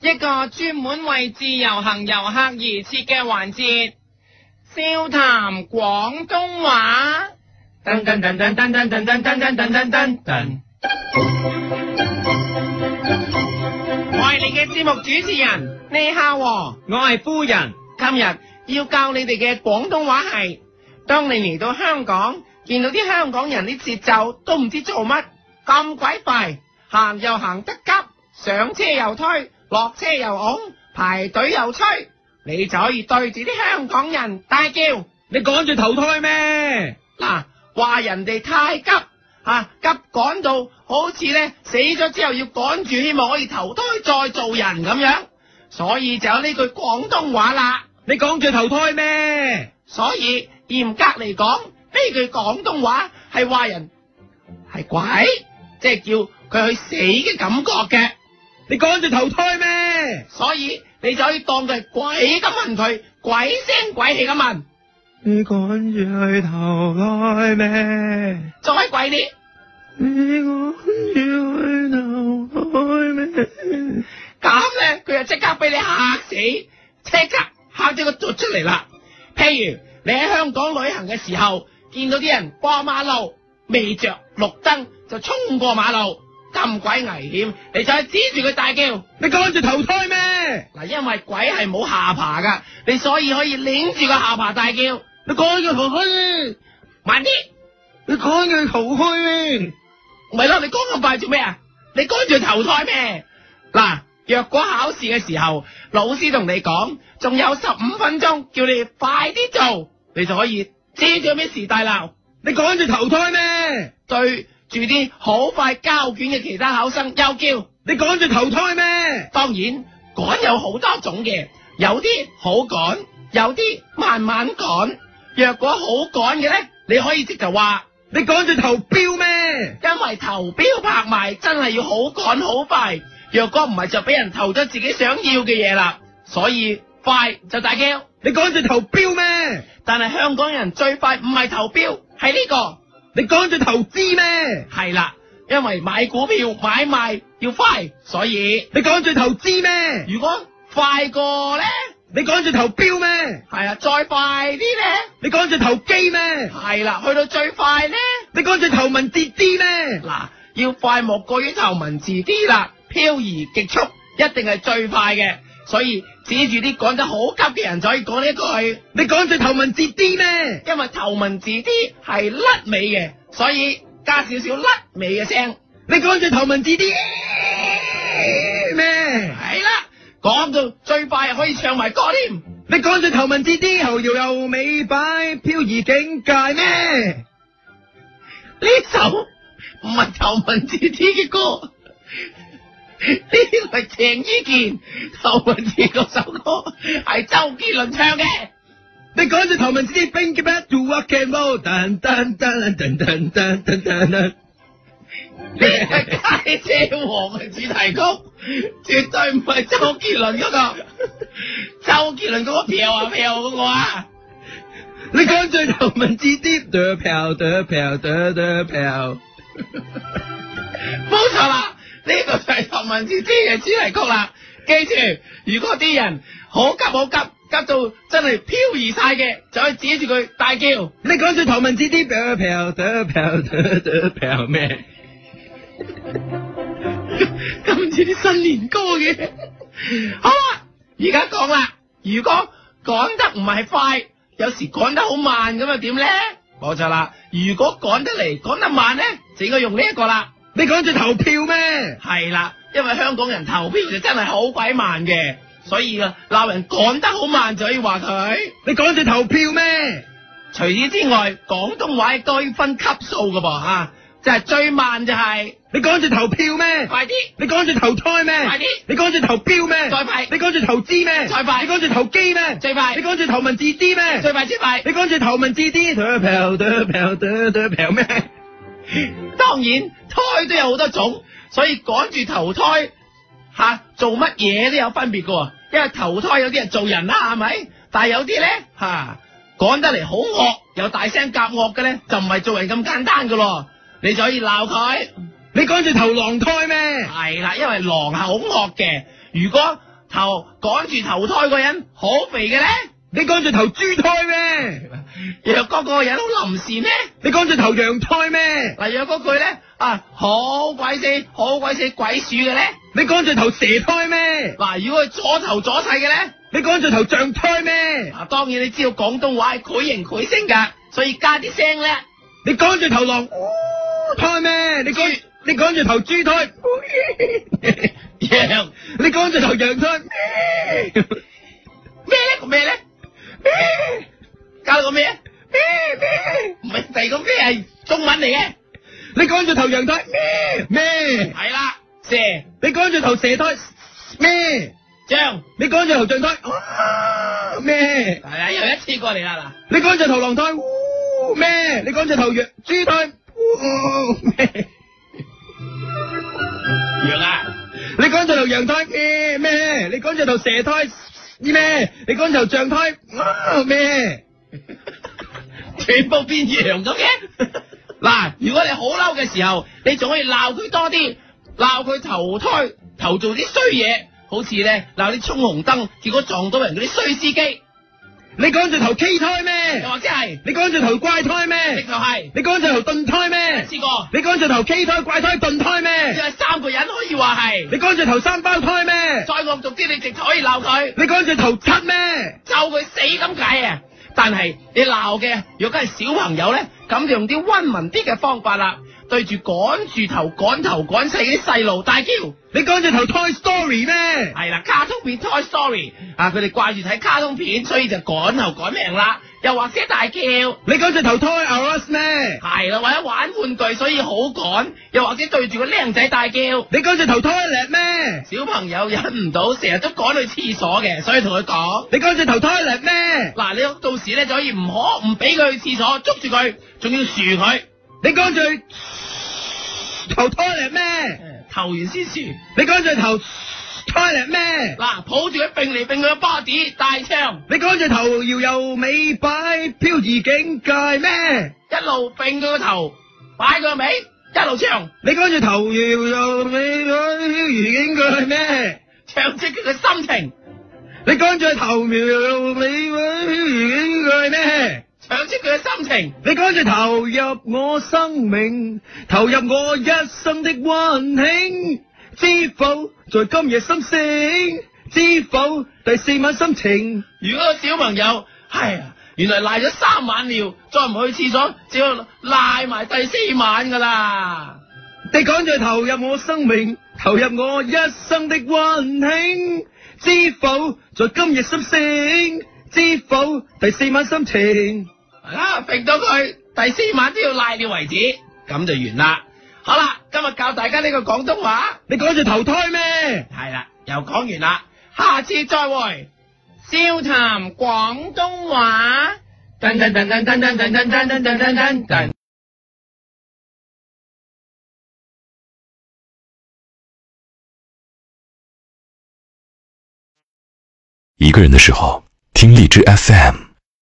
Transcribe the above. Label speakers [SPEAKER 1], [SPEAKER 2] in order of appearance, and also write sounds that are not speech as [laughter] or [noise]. [SPEAKER 1] 一個專門為自由行遊客而設嘅環節，笑談廣東話。噔噔噔噔噔噔噔噔噔噔噔噔噔。我係你嘅節目主持人，你好喎，
[SPEAKER 2] 我係夫人，
[SPEAKER 1] 今日要教你哋嘅廣東話係，當你嚟到香港，見到啲香港人啲節奏都唔知做乜，咁鬼快，行又行得急，上車又推，落車又拱，排隊又催，你就可以對住啲香港人大叫，
[SPEAKER 2] 你趕住投胎咩？
[SPEAKER 1] 嗱，啊話人哋太急。啊！急趕到好似咧死咗之後要趕住，希望可以投胎再做人咁樣，所以就有呢句廣東話啦。
[SPEAKER 2] 你趕住投胎咩？
[SPEAKER 1] 所以嚴格嚟講，呢句廣東話係話人係鬼，即係叫佢去死嘅感覺嘅。
[SPEAKER 2] 你趕住投胎咩？
[SPEAKER 1] 所以你就可以當佢係鬼咁問佢，鬼聲鬼氣咁問，
[SPEAKER 2] 你趕住去投胎咩？
[SPEAKER 1] 再鬼啲。
[SPEAKER 2] 你趕住去投胎咩？
[SPEAKER 1] 咁咧，佢就即刻俾你嚇死，即刻嚇咗個卒出嚟啦。譬如你喺香港旅行嘅時候，見到啲人過馬路未着綠燈就衝過馬路，咁鬼危險，你就係指住佢大叫
[SPEAKER 2] 你趕住投胎咩？
[SPEAKER 1] 嗱，因為鬼係冇下巴噶，你所以可以擰住個下巴大叫
[SPEAKER 2] 你趕住投胎咩？
[SPEAKER 1] 慢啲，
[SPEAKER 2] 你趕住投胎咩？
[SPEAKER 1] 咪咯，你講咁快做咩啊？你趕住投胎咩？嗱，若果考試嘅時候，老師同你講，仲有十五分鐘，叫你快啲做，你就可以遮住咩時大鬧，
[SPEAKER 2] 你趕住投胎咩？
[SPEAKER 1] 對住啲好快交卷嘅其他考生又叫。
[SPEAKER 2] 你趕住投胎咩？
[SPEAKER 1] 當然趕有好多種嘅，有啲好趕，有啲慢慢趕。若果好趕嘅咧，你可以直頭話，
[SPEAKER 2] 你趕住投標咩？
[SPEAKER 1] 因為投標拍賣真係要好趕好快。若果唔係就俾人投咗自己想要嘅嘢啦，所以快就大叫。
[SPEAKER 2] 你趕住投標咩？
[SPEAKER 1] 但係香港人最快唔係投標，係呢個
[SPEAKER 2] 你趕住投資咩？
[SPEAKER 1] 係啦，因為買股票買賣要快，所以
[SPEAKER 2] 你趕住投資咩？
[SPEAKER 1] 如果快過咧，
[SPEAKER 2] 你趕住投標咩？
[SPEAKER 1] 係啊，再快啲咧。
[SPEAKER 2] 你趕住投機咩？
[SPEAKER 1] 系啦，去到最快咧，
[SPEAKER 2] 你趕住投文字啲咩？
[SPEAKER 1] 嗱，要快莫過於頭文字 D 啦，漂移極速一定係最快嘅，所以指住啲講得好急嘅人就可以講呢一句，
[SPEAKER 2] 你趕住投文字啲咩？
[SPEAKER 1] 因為頭文字 D 係甩尾嘅，所以加少少甩尾嘅聲，
[SPEAKER 2] 你趕住投文字啲咩？
[SPEAKER 1] 係啦，講到最快可以唱埋歌添，
[SPEAKER 2] 你趕住投文字啲後搖又尾擺漂移境界咩？
[SPEAKER 1] 呢首唔係頭文字 D 嘅歌。呢個係鄭伊健頭文字嗰首歌，係周杰倫唱嘅。
[SPEAKER 2] 你趕住投文字啲 bring it back to rock and roll，噔噔噔噔噔噔噔噔噔。
[SPEAKER 1] 呢係街車王嘅主題曲，絕對唔係周杰倫嗰、個。周杰倫嗰個票啊票嗰個啊，
[SPEAKER 2] 你趕住投文字啲，得票得票得得票。
[SPEAKER 1] 冇錯啦，呢、個就係頭文字 D 嘅主題曲啦。記住，如果啲人好急好急，急到真係漂移晒嘅，就可以指住佢大叫。
[SPEAKER 2] 你趕住頭文字 D 得票得票得得票咩？
[SPEAKER 1] 今次啲新年歌嘅，好啦，而家講啦，如果趕得唔係快，有時趕得好慢咁又點咧？冇錯啦，如果趕得嚟趕得慢咧，就應該用呢一個啦。
[SPEAKER 2] 你趕住投票咩？
[SPEAKER 1] 係啦，因為香港人投票就真係好鬼慢嘅，所以啊鬧人趕得好慢就可以話佢。
[SPEAKER 2] 你趕住投票咩？
[SPEAKER 1] 除此之外，廣東話亦都要分級數噶噃嚇，就係、最慢就係、
[SPEAKER 2] [laughs] 你趕住投票咩？
[SPEAKER 1] 快啲，
[SPEAKER 2] [laughs] 你趕住投胎咩？
[SPEAKER 1] 快啲
[SPEAKER 2] [laughs] 你趕住投標咩？
[SPEAKER 1] 再快
[SPEAKER 2] 你趕住投資咩？
[SPEAKER 1] 再快
[SPEAKER 2] 你趕住投機咩？
[SPEAKER 1] [laughs] 最快
[SPEAKER 2] 你，趕住投文字 D 咩？
[SPEAKER 1] [laughs] 最快，最快。
[SPEAKER 2] 你趕住投文字 D 得票得票得得票咩？
[SPEAKER 1] 當然胎都有好多種，所以趕住投胎吓、做乜嘢都有分別嘅喎。因為投胎有啲人做人啦，係咪？但係有啲咧吓趕得嚟好惡，又大聲夾惡嘅咧，就唔係做人咁簡單嘅咯。你就可以鬧佢
[SPEAKER 2] 你趕住投狼胎
[SPEAKER 1] [laughs]
[SPEAKER 2] 咩？
[SPEAKER 1] 係啦，因為狼係好惡嘅。如果头赶住投胎個人好肥嘅咧？
[SPEAKER 2] 你趕住投豬胎咩？
[SPEAKER 1] 若果嗰個人好臨時咩？
[SPEAKER 2] 你趕住投羊胎咩？
[SPEAKER 1] 嗱，若果佢咧啊好鬼死好鬼死鬼鼠嘅咧？
[SPEAKER 2] 你趕住投蛇胎咩？
[SPEAKER 1] 嗱，如果佢左頭左勢嘅咧？
[SPEAKER 2] 你趕住投象胎咩？
[SPEAKER 1] 嗱，當然你知道廣東話係佢形佢聲㗎，所以加啲聲咧。
[SPEAKER 2] 你趕住投狼胎咩？你趕你趕住投豬胎，
[SPEAKER 1] 羊
[SPEAKER 2] 你趕住投羊胎，
[SPEAKER 1] 咩咧個咩咧？加咗個咩？唔係第二個咩係中文嚟嘅？
[SPEAKER 2] 你趕住投羊胎咩？
[SPEAKER 1] 係啦，蛇、
[SPEAKER 2] 你趕住投蛇胎咩？
[SPEAKER 1] 象，
[SPEAKER 2] 你趕住投象胎咩？
[SPEAKER 1] 係啦，又一次過嚟啦
[SPEAKER 2] 你趕住投狼胎咩？你趕住投羊豬胎咩？
[SPEAKER 1] 嗱，羊啊，
[SPEAKER 2] 你趕住投羊胎咩咩？你趕住投蛇胎咩？你趕住投象胎咩？
[SPEAKER 1] 全部變羊咁嘅。嗱，如果你好嬲嘅時候，你仲可以鬧佢多啲，鬧佢投胎投做啲衰嘢，好似咧鬧你衝紅燈，結果撞到人嗰啲衰司機，
[SPEAKER 2] 你趕住投 K 胎
[SPEAKER 1] 又
[SPEAKER 2] 咩？
[SPEAKER 1] 或者
[SPEAKER 2] [laughs]
[SPEAKER 1] 係
[SPEAKER 2] 你趕住投怪胎
[SPEAKER 1] 直
[SPEAKER 2] 咩？
[SPEAKER 1] 頭係
[SPEAKER 2] [laughs] 你趕住投盾胎咩？
[SPEAKER 1] 試過。
[SPEAKER 2] 你趕住投 K 胎、怪胎、盾胎 [laughs]
[SPEAKER 1] 就
[SPEAKER 2] 咩？
[SPEAKER 1] 係三個人可以話係，
[SPEAKER 2] 你趕住投三胞胎咩？
[SPEAKER 1] 再惡毒啲，你直頭可以鬧佢，
[SPEAKER 2] 你趕住投七咩？
[SPEAKER 1] 咒佢死咁解啊！但係你鬧嘅，如果係小朋友咧，咁就用啲温文啲嘅方法啦，對住趕住頭、趕頭、趕細嗰啲細路大叫，
[SPEAKER 2] 你趕住投 Toy Story 咩？
[SPEAKER 1] 係啦，卡通片 Toy Story 啊，佢哋掛住睇卡通片，所以就趕頭趕命啦，又或者大叫。
[SPEAKER 2] 你趕住投 Toy R Us 咩？
[SPEAKER 1] 係啦，或者玩玩具，所以好趕，又或者對住個僆仔大叫，
[SPEAKER 2] 你趕住投 toilet 咩？
[SPEAKER 1] 小朋友忍唔到，成日都趕去廁所嘅，所以同佢講。
[SPEAKER 2] 你趕住投 toilet 咩？
[SPEAKER 1] 嗱，你到時咧就可以唔可唔俾佢去廁所，捉住佢，仲要豎佢，
[SPEAKER 2] 你趕住投 toilet 咩？
[SPEAKER 1] 投完先豎。
[SPEAKER 2] 你趕住投 toilet 咩？
[SPEAKER 1] 嗱，抱住佢並嚟並去嘅巴子，大唱
[SPEAKER 2] 你趕住投搖又尾擺漂移境界咩？
[SPEAKER 1] 一路並佢個頭，擺佢個尾，一路唱，
[SPEAKER 2] 你趕住投搖又尾擺漂移境界咩？
[SPEAKER 1] 唱出佢嘅心情，
[SPEAKER 2] 你趕住投搖又尾擺漂移境界嗯咩？
[SPEAKER 1] 唱出佢嘅心情。
[SPEAKER 2] 你趕住投入我生命，投入我一生的溫馨，知否在今夜心醒？知否第四晚心情？
[SPEAKER 1] 如果個小朋友，哎呀，原來賴咗三晚尿，再唔去廁所，只要賴埋第四晚噶啦。
[SPEAKER 2] 你趕住投入我生命，投入我一生的溫馨，知否在今夜心醒？知否第四晚心情？
[SPEAKER 1] 啊，揈到佢第四晚都要賴尿為止，咁就完啦。好啦，今日教大家呢個廣東話。
[SPEAKER 2] 你趕住投胎咩？
[SPEAKER 1] 系啦，又講完啦，下次再會。笑談廣東話。噔噔噔噔噔噔噔噔噔噔噔噔噔。
[SPEAKER 3] 一个人的时候，听荔枝 FM。